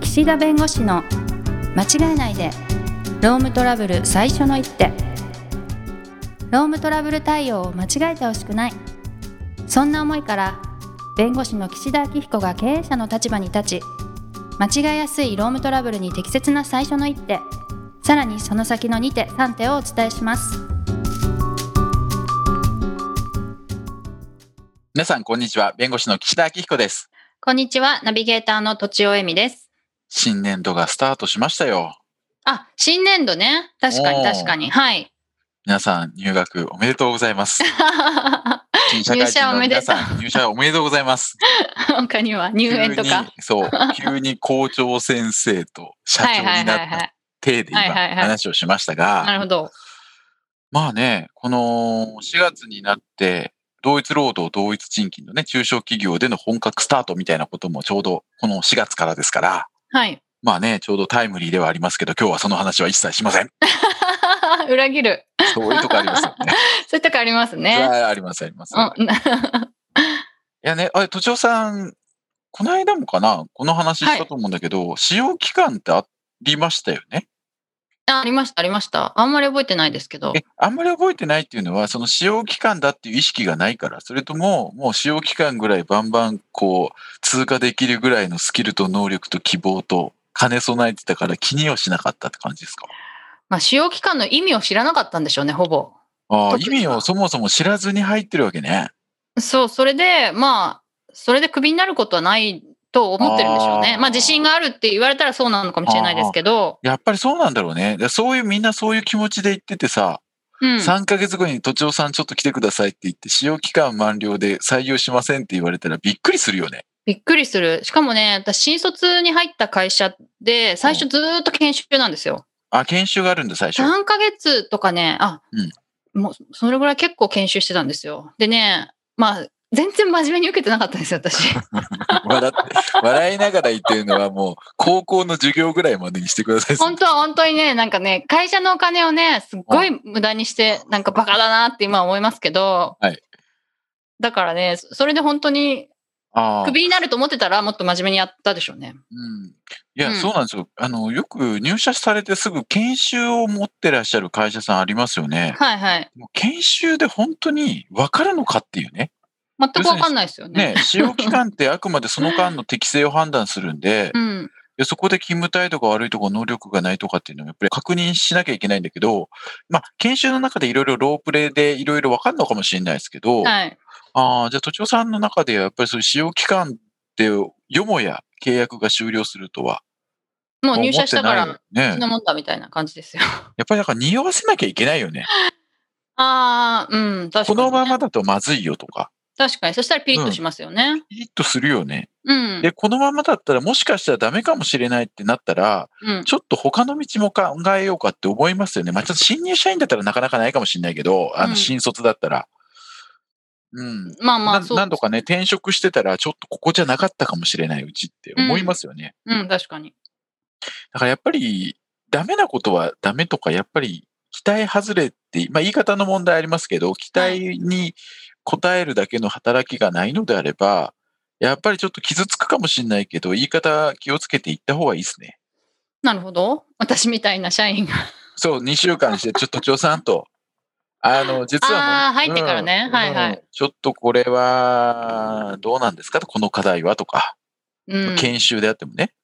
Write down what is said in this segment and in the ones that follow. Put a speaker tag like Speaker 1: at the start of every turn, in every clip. Speaker 1: 岸田弁護士の間違えないでロームトラブル最初の一手ロームトラブル対応を間違えてほしくないそんな思いから弁護士の岸田明彦が経営者の立場に立ち間違えやすいロームトラブルに適切な最初の一手さらにその先の2手3手をお伝えします
Speaker 2: 皆さん、こんにちは。弁護士の岸田明彦です。
Speaker 1: こんにちはナビゲーターのとちおえみです
Speaker 2: 新年度がスタートしましたよ。
Speaker 1: あ新年度ね確かに確かにはい
Speaker 2: 皆さん、入学おめでとうございます。新社
Speaker 1: 入社おめでと
Speaker 2: 皆
Speaker 1: う
Speaker 2: さん、入社おめでとうございます。
Speaker 1: 他には 入園と
Speaker 2: 急
Speaker 1: か
Speaker 2: に、 そう、急に校長先生と社
Speaker 1: は
Speaker 2: 長
Speaker 1: いはい
Speaker 2: にな
Speaker 1: はい
Speaker 2: っ
Speaker 1: は
Speaker 2: た
Speaker 1: い
Speaker 2: 体で今
Speaker 1: はいはいはい
Speaker 2: 話をしましたが、
Speaker 1: なるほど
Speaker 2: まあね、この4月になって、同一労働同一賃金のね、中小企業での本格スタートみたいなこともちょうどこの4月からですから、
Speaker 1: はい
Speaker 2: まあね、ちょうどタイムリーではありますけど、今日はその話は一切しま せん。
Speaker 1: 裏切る
Speaker 2: そういうとこありますよね。
Speaker 1: そういうとこありますね
Speaker 2: はいあります、あります。い
Speaker 1: うん
Speaker 2: やね、あれ、都庁さん、この間もかな、この話したと思うんだけど、使用期間ってありましたよね。
Speaker 1: あありましたありましたあんまり覚えてないですけど
Speaker 2: え、あんまり覚えてないっていうのは、その使用期間だっていう意識がないから、それとも、もう使用期間ぐらいバンバン、こう、通過できるぐらいのスキルと能力と希望と、兼ね備えてたから気にはしなかったって感じですか
Speaker 1: まあ使用期間の意味を知らなかったんでしょうねほぼ
Speaker 2: ああ、意
Speaker 1: 特に
Speaker 2: 味をそもそも知らずに入ってるわけね。
Speaker 1: そう、それで、まあ、それでクビになることはないと思ってるんでしょうね。
Speaker 2: あー
Speaker 1: まあ、自信があるって言われたらそうなのかもしれないですけど、
Speaker 2: やっぱりそうなんだろうね。でそういう、みんなそういう気持ちで言っててさ、
Speaker 1: うん。
Speaker 2: 3ヶ月後に都庁さんちょっと来てくださいって言って、使用期間満了で採用しませんって言われたらびっくりするよね。
Speaker 1: びっくりする。しかもね、私、新卒に入った会社で、最初ずーっと研修なんですよ。
Speaker 2: あ、研修があるんだ、最初。
Speaker 1: 3ヶ月とかね、あ、もう、それぐらい結構研修してたんですよ。でね、まあ、全然真面目に受けてなかったんです よ、私。
Speaker 2: 笑って、笑いながら言ってるのはもう、高校の授業ぐらいまでにしてください。
Speaker 1: 本当は本当にね、なんかね、会社のお金をね、すっごい無駄にして、なんかバカだなって今は思いますけど、
Speaker 2: はい
Speaker 1: だからね、そそれで本当に
Speaker 2: ああ、
Speaker 1: クビになると思ってたら、もっと真面目にやったでしょうね。
Speaker 2: うん。いや、
Speaker 1: うん
Speaker 2: そうなんですよ。あの、よく入社されてすぐ研修を持ってらっしゃる会社さんありますよね。
Speaker 1: はいはい。
Speaker 2: もう研修で本当に分かるのかっていうね。
Speaker 1: 全くわかんないですよね。
Speaker 2: ね、使用期間ってあくまでその間の適性を判断するんで、
Speaker 1: うん。
Speaker 2: いやそこで勤務態度が悪いとか能力がないとかっていうのをやっぱり確認しなきゃいけないんだけど、まあ、研修の中でいろいろロープレイでいろいろわかんのかもしれないですけど、あ
Speaker 1: はい。
Speaker 2: あーじゃあ、都庁さんの中でやっぱりそういう使用期間ってよもや契約が終了するとは
Speaker 1: もう
Speaker 2: 思
Speaker 1: 入社
Speaker 2: っ
Speaker 1: してたか
Speaker 2: ない
Speaker 1: ら、
Speaker 2: よ
Speaker 1: そ
Speaker 2: ね
Speaker 1: ん。なもんだみたいな感じですよ。
Speaker 2: やっぱりだから匂わせなきゃいけないよね。
Speaker 1: ああ、うん、確か
Speaker 2: こ
Speaker 1: にね、
Speaker 2: のままだとまずいよとか、
Speaker 1: 確かに。そしたらピリッとしますよね。
Speaker 2: ピリッとするよね。
Speaker 1: うん。
Speaker 2: で、このままだったらもしかしたらダメかもしれないってなったら、
Speaker 1: うん。
Speaker 2: ちょっと他の道も考えようかって思いますよね。まあ、ちょっと新入社員だったらなかなかないかもしれないけど、あ
Speaker 1: う
Speaker 2: の、
Speaker 1: ん
Speaker 2: 新卒だったら。うん。
Speaker 1: まあまあ、
Speaker 2: な
Speaker 1: そう。
Speaker 2: 何度かね、転職してたら、ちょっとここじゃなかったかもしれないうちって思いますよね。
Speaker 1: うん、確かに。
Speaker 2: だからやっぱり、ダメなことはダメとか、やっぱり、期待外れって、まあ、言い方の問題ありますけど、期待に応えるだけの働きがないのであれば、やっぱりちょっと傷つくかもしれないけど、言い方気をつけていった方がいいですね。
Speaker 1: なるほど。私みたいな社員が
Speaker 2: そう、2週間して、ちょっと長さんと。あ の、実はもう
Speaker 1: あー入ってからねはいはい
Speaker 2: ちょっとこれは、どうなんですかと、この課題はとか、
Speaker 1: うん、
Speaker 2: 研修であってもね。
Speaker 1: はい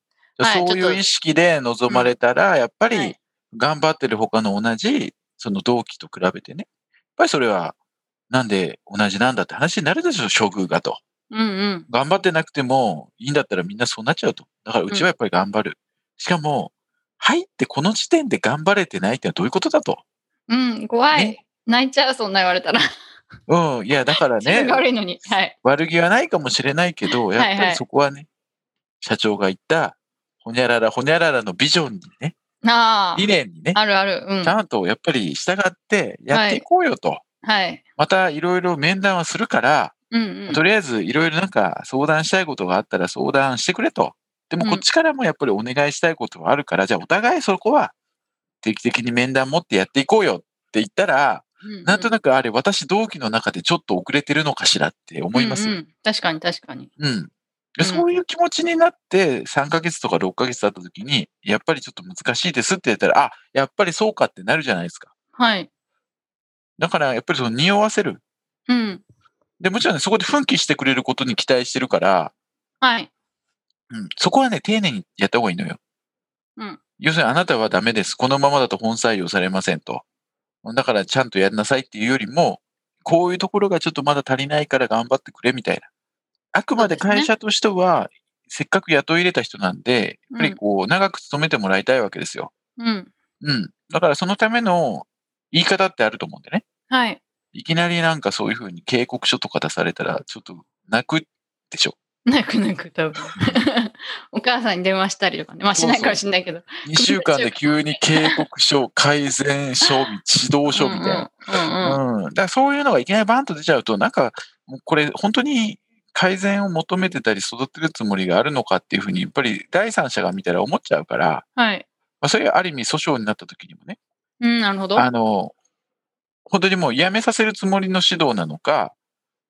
Speaker 2: そうい
Speaker 1: ちょっ
Speaker 2: う
Speaker 1: と
Speaker 2: 意識で臨まれたら、やっぱ
Speaker 1: は
Speaker 2: り
Speaker 1: い、
Speaker 2: 頑張ってる他の同じ、その同期と比べてね。やっぱりそれは、なんで同じなんだって話になるでしょ、処遇がと。
Speaker 1: うんうん。
Speaker 2: 頑張ってなくてもいいんだったらみんなそうなっちゃうと。だからうちはやっぱり頑張る。しかも、入ってこの時点で頑張れてないってのはどういうことだと。
Speaker 1: うん、怖い。
Speaker 2: ね
Speaker 1: 泣いちゃう、そんな言われ たら。
Speaker 2: うん、いや、だから
Speaker 1: 自分が
Speaker 2: ね、
Speaker 1: 悪いのに。はい。
Speaker 2: 悪気はないかもしれないけど、やっぱりそこはね、社長が言った、ほにゃらら、ほにゃららのビジョンにね、
Speaker 1: ああ
Speaker 2: 理。念にね、
Speaker 1: あるある。うん
Speaker 2: ち。ゃんとやっぱり従ってやっていこうよと。
Speaker 1: はい。
Speaker 2: またいろいろ面談はするから、
Speaker 1: うんうん。
Speaker 2: とりあえずいろいろなんか相談したいことがあったら相談してくれと。でも
Speaker 1: うん
Speaker 2: こっちからもやっぱりお願いしたいことはあるから、じゃあお互いそこは定期的に面談持ってやっていこうよって言ったら、
Speaker 1: うんうん
Speaker 2: なんとなくあれ私同期の中でちょっと遅れてるのかしらって思いますよ
Speaker 1: うんうん確かに確かに。
Speaker 2: うん。でそういう気持ちになって、3ヶ月とか6ヶ月経った時に、やっぱりちょっと難しいですって言ったら、あ、やっぱりそうかってなるじゃないですか。
Speaker 1: はい。
Speaker 2: だから、やっぱりその匂わせる。
Speaker 1: うん。
Speaker 2: で、もちろんねそこで奮起してくれることに期待してるから、
Speaker 1: はい。
Speaker 2: うん、そこはね、丁寧にやった方がいいのよ。
Speaker 1: うん
Speaker 2: 要するに、あなたはダメです。このままだと本採用されませんと。だから、ちゃんとやんなさいっていうよりも、こういうところがちょっとまだ足りないから頑張ってくれみたいな。あくまで
Speaker 1: そうですね
Speaker 2: 会社としては、せっかく雇い入れた人なんで、やっぱりこう、長く勤めてもらいたいわけですよ。
Speaker 1: うん。
Speaker 2: うん。だから、そのための言い方ってあると思うんでね。
Speaker 1: はい。
Speaker 2: いきなりなんかそういうふうに警告書とか出されたら、ちょっと泣くでしょ。
Speaker 1: 泣く泣く、多分。 お母さんに電話したりとかね。まあしないかもしれないけど。
Speaker 2: 2週間で急に警告書、改善書、指導書みたいな。
Speaker 1: うんうん。うんうん。
Speaker 2: うん。だからそういうのがいきなりバンと出ちゃうと、なんか、もうこれ本当に改善を求めてたり育てるつもりがあるのかっていうふうに、やっぱり第三者が見たら思っちゃうから、
Speaker 1: はい。
Speaker 2: まあ、それがある意味訴訟になった時にもね、
Speaker 1: うん、なるほど。
Speaker 2: あの、本当にもうやめさせるつもりの指導なのか、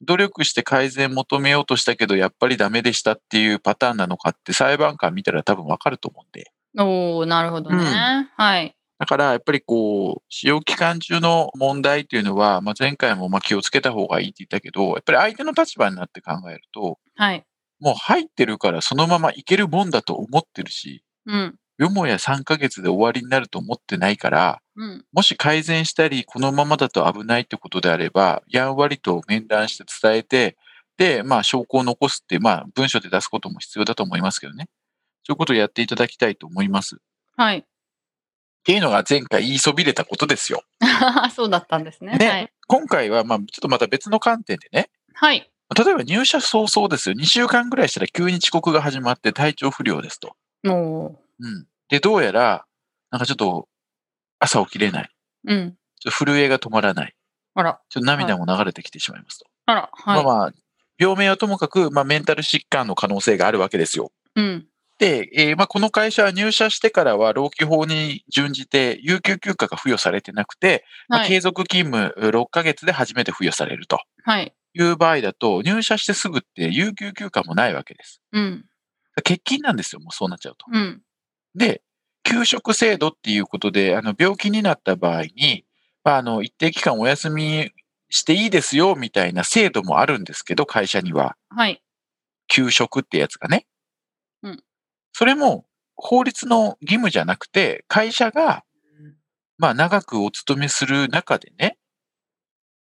Speaker 2: 努力して改善求めようとしたけど、やっぱりダメでしたっていうパターンなのかって裁判官見たら多分わかると思うんで。
Speaker 1: おおなるほどね。
Speaker 2: うん
Speaker 1: はい。
Speaker 2: だから、やっぱりこう、使用期間中の問題というのは、まあ、前回もまあ気をつけた方がいいって言ったけど、やっぱり相手の立場になって考えると、
Speaker 1: はい。
Speaker 2: もう入ってるからそのままいけるもんだと思ってるし、
Speaker 1: うん。
Speaker 2: よもや3ヶ月で終わりになると思ってないから、
Speaker 1: うん。
Speaker 2: もし改善したり、このままだと危ないってことであれば、やんわりと面談して伝えて、で、まあ、証拠を残すっていう、まあ、文書で出すことも必要だと思いますけどね。そういうことをやっていただきたいと思います。っ
Speaker 1: はい。
Speaker 2: ていうのが前回言いそびれたことですよ。
Speaker 1: そうだったんですね。
Speaker 2: ね
Speaker 1: はい。
Speaker 2: 今回は、まあ、ちょっとまた別の観点でね、
Speaker 1: はい。
Speaker 2: 例えば入社早々ですよ。2週間ぐらいしたら急に遅刻が始まって体調不良ですと。
Speaker 1: も
Speaker 2: うん。で、どうやら、なんかちょっと朝起きれない。
Speaker 1: う。うん。
Speaker 2: ちょっと震えが止まらない。
Speaker 1: あら。
Speaker 2: ちょっと涙も流れてきてしまいますと。
Speaker 1: あら。はい。
Speaker 2: まあまあ、病名はともかく、まあ、メンタル疾患の可能性があるわけですよ。
Speaker 1: うん。
Speaker 2: で、えーまあ、この会社は入社してからは労基法に準じて有給休暇が付与されてなくて、まあ
Speaker 1: はい。
Speaker 2: 継続勤務6ヶ月で初めて付与されると。
Speaker 1: はい。
Speaker 2: いう場合だと、入社してすぐって有給休暇もないわけです。
Speaker 1: うん。
Speaker 2: 欠勤なんですよ、もうそうなっちゃうと。
Speaker 1: うん。
Speaker 2: で、休職制度っていうことで、あの病気になった場合に、まあ、あの一定期間お休みしていいですよみたいな制度もあるんですけど、会社には。
Speaker 1: はい。
Speaker 2: 休職ってやつがね。
Speaker 1: うん
Speaker 2: それも法律の義務じゃなくて、会社が、まあ長くお勤めする中でね、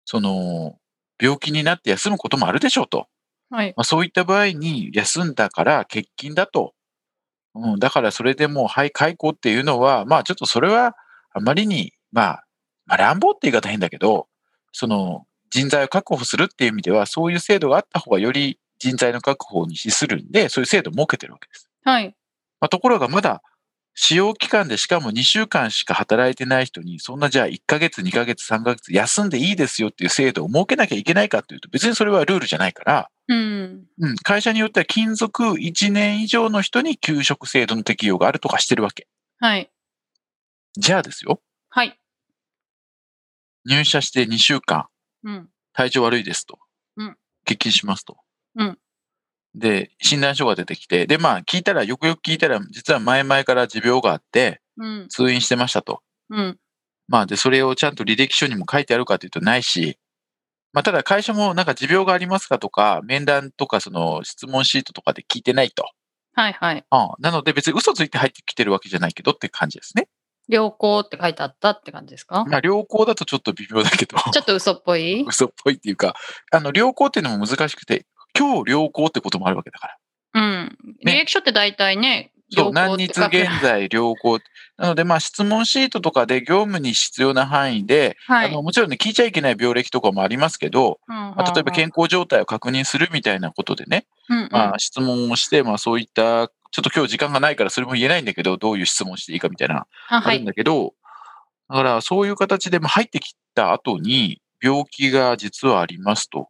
Speaker 2: その、病気になって休むこともあるでしょうと。
Speaker 1: はい。
Speaker 2: まあ、そういった場合に休んだから欠勤だと。うん、だからそれでもう、はい、解雇っていうのは、まあちょっとそれはあまりに、まあ、まあ、乱暴って言い方変だけど、その人材を確保するっていう意味では、そういう制度があった方がより人材の確保に資するんで、そういう制度を設けてるわけです。
Speaker 1: はい。
Speaker 2: まあ、ところがまだ使用期間でしかも2週間しか働いてない人に、そんなじゃあ1ヶ月、2ヶ月、3ヶ月休んでいいですよっていう制度を設けなきゃいけないかっていうと、別にそれはルールじゃないから、
Speaker 1: うん。
Speaker 2: うん、会社によっては勤続1年以上の人に休職制度の適用があるとかしてるわけ。
Speaker 1: はい。
Speaker 2: じゃあですよ、
Speaker 1: はい。
Speaker 2: 入社して2週間、
Speaker 1: うん。
Speaker 2: 体調悪いですと。
Speaker 1: うん
Speaker 2: 欠勤しますと。
Speaker 1: うん
Speaker 2: で、診断書が出てきて、で、まあ聞いたら、よくよく聞いたら、実は前々から持病があって、
Speaker 1: うん。
Speaker 2: 通院してましたと。
Speaker 1: うん。
Speaker 2: まあで、それをちゃんと履歴書にも書いてあるかというとないし、まあただ会社もなんか持病がありますかとか、面談とかその質問シートとかで聞いてないと。
Speaker 1: はい。はい。
Speaker 2: うん、なので別に嘘ついて入ってきてるわけじゃないけどって感じですね。
Speaker 1: 良好って書いてあったって感じですか
Speaker 2: まあ良好だとちょっと微妙だけ ど、
Speaker 1: ちょっと嘘っぽい
Speaker 2: 嘘っぽいっていうか、あの良好っていうのも難しくて、今日良好ってこともあるわけだから。
Speaker 1: うん。履歴書って大体ね、
Speaker 2: そう、
Speaker 1: 良好
Speaker 2: 何
Speaker 1: って
Speaker 2: 日
Speaker 1: 書く
Speaker 2: 現在良好。なのでまあ質問シートとかで業務に必要な範囲で、
Speaker 1: は
Speaker 2: あ
Speaker 1: い。
Speaker 2: のもちろんね、聞いちゃいけない病歴とかもありますけど、ま
Speaker 1: ま
Speaker 2: あ、例えば健康状態を確認するみたいなことでね、
Speaker 1: うん
Speaker 2: まあ質問をして、まあそういった、ちょっと今日時間がないからそれも言えないんだけど、どういう質問していいかみたいな
Speaker 1: あ
Speaker 2: あ
Speaker 1: は
Speaker 2: るん
Speaker 1: い。
Speaker 2: だけど、だからそういう形でまあ入ってきた後に、病気が実はありますと。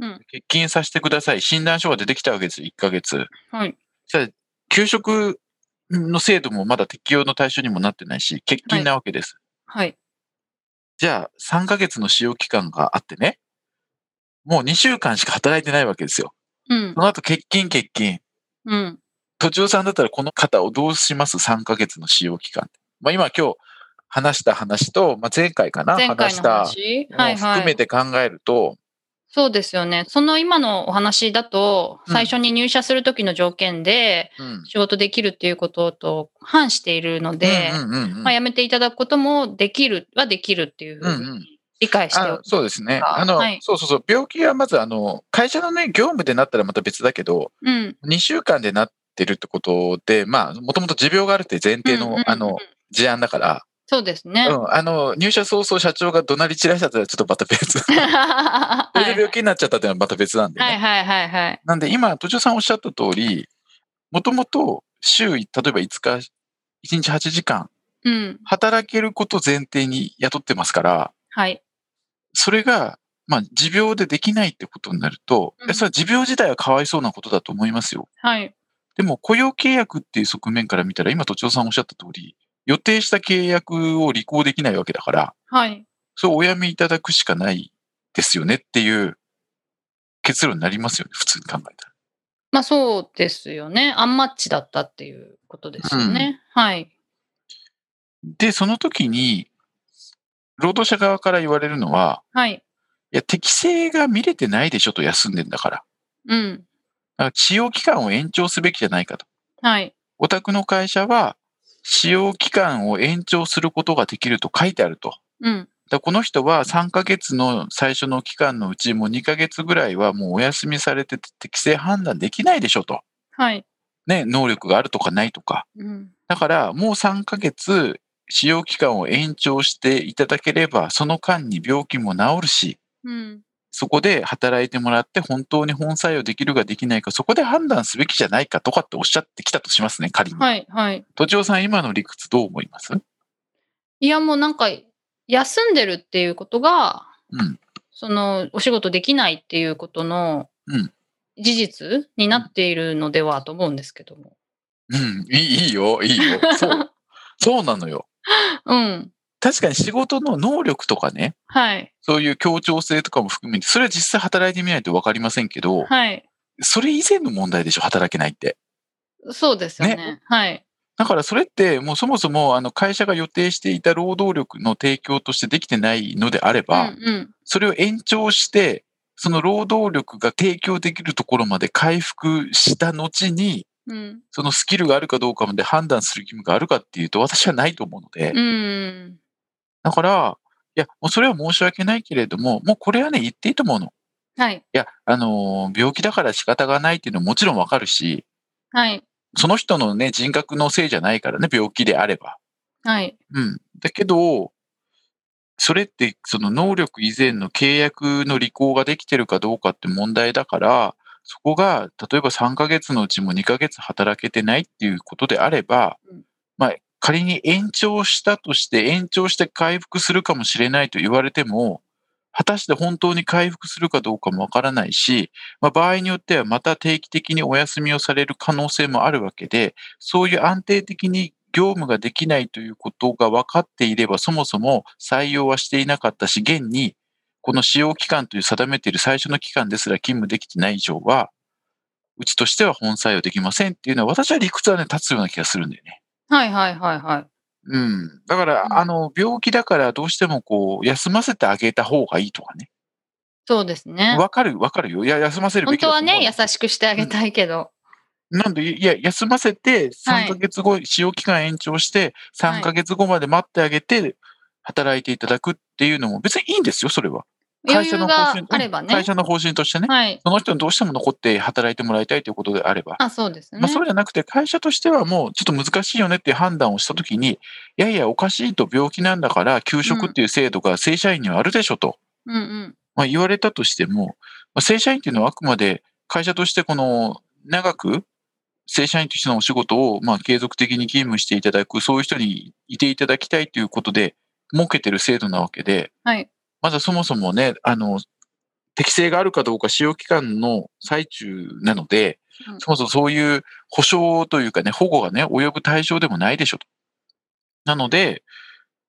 Speaker 1: うん
Speaker 2: 欠勤させてください。診断書が出てきたわけですよ、1ヶ月。
Speaker 1: はい。
Speaker 2: そしたら給食の制度もまだ適用の対象にもなってないし、欠勤なわけです。
Speaker 1: はい。
Speaker 2: じゃあ、3ヶ月の使用期間があってね、もう2週間しか働いてないわけですよ。
Speaker 1: うん
Speaker 2: そ。の後、欠勤、欠勤。
Speaker 1: うん。
Speaker 2: 途中さんだったらこの方をどうします ?3 ヶ月の使用期間。まあ今今日話した話と、まあ、前回かな
Speaker 1: 前回
Speaker 2: し
Speaker 1: の
Speaker 2: た
Speaker 1: 話
Speaker 2: の
Speaker 1: はい
Speaker 2: を
Speaker 1: は
Speaker 2: 含め
Speaker 1: い。
Speaker 2: て考えると、
Speaker 1: そうですよね。その今のお話だと、
Speaker 2: うん
Speaker 1: 最初に入社する時の条件で
Speaker 2: うん
Speaker 1: 仕事できるっていうことと反しているので、
Speaker 2: うんうんうんうん
Speaker 1: まあ、辞めていただくこともできるはできるっていうふ
Speaker 2: う
Speaker 1: うん
Speaker 2: う
Speaker 1: に
Speaker 2: ん
Speaker 1: 理解してお
Speaker 2: あ
Speaker 1: く。
Speaker 2: そうですね。
Speaker 1: か
Speaker 2: あの、
Speaker 1: はい
Speaker 2: そうそうそう。病気はまず、あの、会社のね、業務でなったらまた別だけど、
Speaker 1: うん。
Speaker 2: 2週間でなってるってことで、まあ、もともと持病があるって前提の、
Speaker 1: うんうんうん
Speaker 2: あの、事案だから、
Speaker 1: そうですね。
Speaker 2: うん、あの、入社早々社長が怒鳴り散らしちゃったらちょっとまた別。そ
Speaker 1: は
Speaker 2: れで病
Speaker 1: い
Speaker 2: 気になっちゃったっていうのはまた別なんでね。
Speaker 1: はいはいはいはい。
Speaker 2: なんで今、都庁さんおっしゃった通り、もともと週い、例えば5日、1日8時間、
Speaker 1: うん。
Speaker 2: 働けること前提に雇ってますから、
Speaker 1: はい。
Speaker 2: それが、まあ、持病でできないってことになると、
Speaker 1: うん
Speaker 2: いやそれは持病自体はかわいそうなことだと思いますよ。
Speaker 1: はい。
Speaker 2: でも、雇用契約っていう側面から見たら、今、都庁さんおっしゃった通り、予定した契約を履行できないわけだから、
Speaker 1: はい。
Speaker 2: それをおやめいただくしかないですよねっていう結論になりますよね、普通に考えたら。
Speaker 1: まあそうですよね。アンマッチだったっていうことですよね。はい。
Speaker 2: で、その時に、労働者側から言われるのは、
Speaker 1: はい。
Speaker 2: いや、適性が見れてないでしょと休んでんだから。
Speaker 1: うん。
Speaker 2: だから使用期間を延長すべきじゃないかと。
Speaker 1: はい。
Speaker 2: お宅の会社は、使用期間を延長することができると書いてあると。だか
Speaker 1: うん。
Speaker 2: らこの人は3ヶ月の最初の期間のうち、もう2ヶ月ぐらいはもうお休みされてて適性判断できないでしょと。
Speaker 1: はい。
Speaker 2: ね、能力があるとかないとか。
Speaker 1: うん。
Speaker 2: だから、もう3ヶ月、使用期間を延長していただければ、その間に病気も治るし、
Speaker 1: うん。
Speaker 2: そこで働いてもらって本当に本採用できるかできないか、そこで判断すべきじゃないかとかっておっしゃってきたとしますね、仮に。
Speaker 1: はい。はい。
Speaker 2: 都庁さん、今の理屈どう思います
Speaker 1: いやもうなんか、休んでるっていうことが、
Speaker 2: うん。
Speaker 1: その、お仕事できないっていうことの
Speaker 2: うん、
Speaker 1: 事実になっているのではと思うんですけども。
Speaker 2: うん、いいいいよ、いいよ。 そう。そうなのよ。
Speaker 1: うん。
Speaker 2: 確かに仕事の能力とかね、
Speaker 1: はい。
Speaker 2: そういう協調性とかも含めて、それは実際働いてみないと分かりませんけど、
Speaker 1: はい。
Speaker 2: それ以前の問題でしょ、働けないって。
Speaker 1: そうですよね。
Speaker 2: ね
Speaker 1: はい。
Speaker 2: だからそれって、もうそもそもあの会社が予定していた労働力の提供としてできてないのであれ
Speaker 1: うん
Speaker 2: ば、
Speaker 1: うん。
Speaker 2: それを延長して、その労働力が提供できるところまで回復した後に、
Speaker 1: うん。
Speaker 2: そのスキルがあるかどうかまで判断する義務があるかっていうと、私はないと思うので、
Speaker 1: うん。
Speaker 2: だから、いや、もうそれは申し訳ないけれども、もうこれはね、言っていいと思うの。
Speaker 1: はい。
Speaker 2: いや、あのー病気だから仕方がないっていうのはもちろんわかるし、
Speaker 1: はい。
Speaker 2: その人のね、人格のせいじゃないからね、病気であれば。
Speaker 1: はい。
Speaker 2: うん。だけど、それって、その能力以前の契約の履行ができてるかどうかって問題だから、そこが、例えば3ヶ月のうちも2ヶ月働けてないっていうことであれば
Speaker 1: うん、
Speaker 2: まあ、仮に延長したとして、延長して回復するかもしれないと言われても、果たして本当に回復するかどうかもわからないし、まあ、場合によってはまた定期的にお休みをされる可能性もあるわけで、そういう安定的に業務ができないということが分かっていれば、そもそも採用はしていなかったし、現に、この使用期間という定めている最初の期間ですら勤務できてない以上は、うちとしては本採用できませんっていうのは、私は理屈はね、立つような気がするんだよね。
Speaker 1: はい。はい。はい。はい。
Speaker 2: うん。だから、
Speaker 1: うん
Speaker 2: あの、病気だからどうしてもこう、休ませてあげた方がいいとかね。
Speaker 1: そうですね。
Speaker 2: わかる、わかるよ。いや、休ませるべ
Speaker 1: 本
Speaker 2: きだ
Speaker 1: 当
Speaker 2: と思
Speaker 1: は
Speaker 2: う
Speaker 1: ね、優しくしてあげたいけど。
Speaker 2: なんで、いや、休ませて、
Speaker 1: はい
Speaker 2: 3ヶ月後、使用期間延長して、
Speaker 1: はい
Speaker 2: 3ヶ月後まで待ってあげて、働いていただくっていうのも、別にいいんですよ、それは。
Speaker 1: 余裕が
Speaker 2: うん
Speaker 1: あればね。
Speaker 2: 会社の方針としてね。
Speaker 1: はい。
Speaker 2: その人にどうしても残って働いてもらいたいということであれば。
Speaker 1: あ、そうですね。
Speaker 2: まあ、そうじゃなくて、会社としてはもうちょっと難しいよねっていう判断をしたときに、いやいや、おかしいと病気なんだから、休職っていう制度が正社員にはあるでしょと。
Speaker 1: うんうん。
Speaker 2: まあ、言われたとしても、まあ、正社員っていうのはあくまで会社としてこの長く正社員としてのお仕事をまあ継続的に勤務していただく、そういう人にいていただきたいということで設けてる制度なわけで、
Speaker 1: はい。
Speaker 2: まだそもそもね、あの、適性があるかどうか使用期間の最中なので
Speaker 1: う、ん
Speaker 2: そもそもそういう保障というかね、保護がね、及ぶ対象でもないでしょと。なので、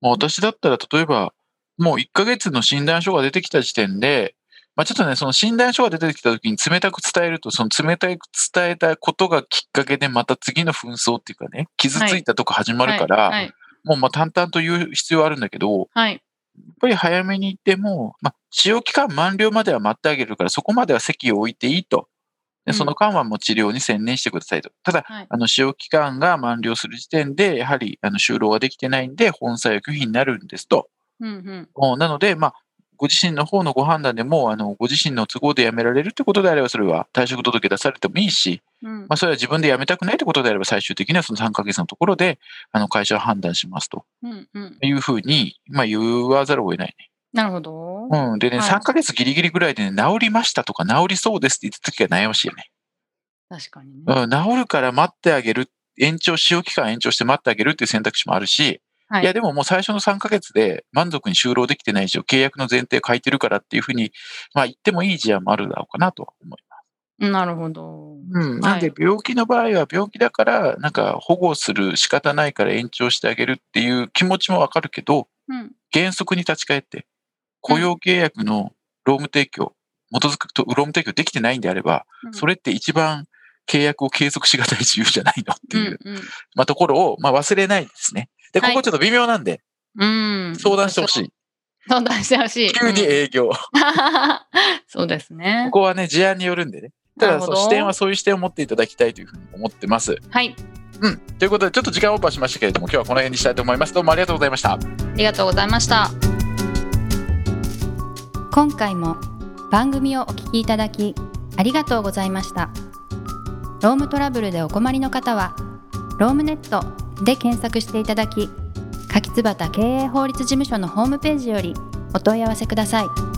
Speaker 2: まあ私だったら例えば、もう1ヶ月の診断書が出てきた時点で、まあ、ちょっとね、その診断書が出てきた時に冷たく伝えると、その冷たく伝えたことがきっかけで、また次の紛争っていうかね、傷ついたとこ始まるから、
Speaker 1: はい。
Speaker 2: もうまあ淡々と言う必要はあるんだけど、
Speaker 1: はい。
Speaker 2: やっぱり早めに言っても、まあ、使用期間満了までは待ってあげるから、そこまでは席を置いていいと。で
Speaker 1: うん
Speaker 2: その間はもう治療に専念してくださいと。ただ、
Speaker 1: はい
Speaker 2: あの使用期間が満了する時点で、やはりあの就労ができてないんで、本妻は拒否になるんですと。
Speaker 1: うんうん。
Speaker 2: おなので、まあ、ご自身の方のご判断でも、あのご自身の都合で辞められるってことであれば、それは退職届出されてもいいし、
Speaker 1: うん
Speaker 2: まあ、それは自分で辞めたくないってことであれば、最終的にはその3ヶ月のところで、あの会社は判断しますと
Speaker 1: うんうん。
Speaker 2: いうふうに、まあ、言わざるを得ない。
Speaker 1: なるほど。
Speaker 2: うん。でね、
Speaker 1: はい
Speaker 2: 3ヶ月ギリギリぐらいでね、治りましたとか、治りそうですって言った時が悩ましいよね。
Speaker 1: 確かにね。
Speaker 2: うん、治るから待ってあげる、延長、使用期間延長して待ってあげるっていう選択肢もあるし、
Speaker 1: はい
Speaker 2: い、や、でももう最初の3ヶ月で満足に就労できてない以上、契約の前提書いてるからっていうふうに、まあ言ってもいい事案もあるだろうかなとは思いま
Speaker 1: なるほど。
Speaker 2: す。うん。なんで、病気の場合は病気だから、なんか保護する仕方ないから延長してあげるっていう気持ちもわかるけど、
Speaker 1: うん。
Speaker 2: 原則に立ち返って、雇用契約の労務提供、基づくと、労務提供できてないんであれば、そ
Speaker 1: れ
Speaker 2: れって一番契約を継続しがたい自由じゃないのっていう、
Speaker 1: うん
Speaker 2: まあ、ところを、まあ、忘れないですね。で、こ
Speaker 1: はい
Speaker 2: こちょっと微妙なんで、
Speaker 1: うん。うん。
Speaker 2: 相談してほし
Speaker 1: い。
Speaker 2: い。
Speaker 1: 相談してほしい。
Speaker 2: 急に
Speaker 1: うん
Speaker 2: 営業。
Speaker 1: そうですね
Speaker 2: こ。こはね、事案によるんでね。た
Speaker 1: な
Speaker 2: だ、
Speaker 1: るほ
Speaker 2: そ
Speaker 1: ど
Speaker 2: の視点はそういう視点を持っていただきたいというふうに思ってます。
Speaker 1: はい。
Speaker 2: うん。ということで、ちょっと時間オーバーしましたけれども、今日はこの辺にしたいと思います。どうもありがとうございました。
Speaker 1: ありがとうございました。
Speaker 3: 今回も番組をお聞きいただきありがとうございましたロームトラブルでお困りの方はロームネットで検索していただき柿椿経営法律事務所のホームページよりお問い合わせください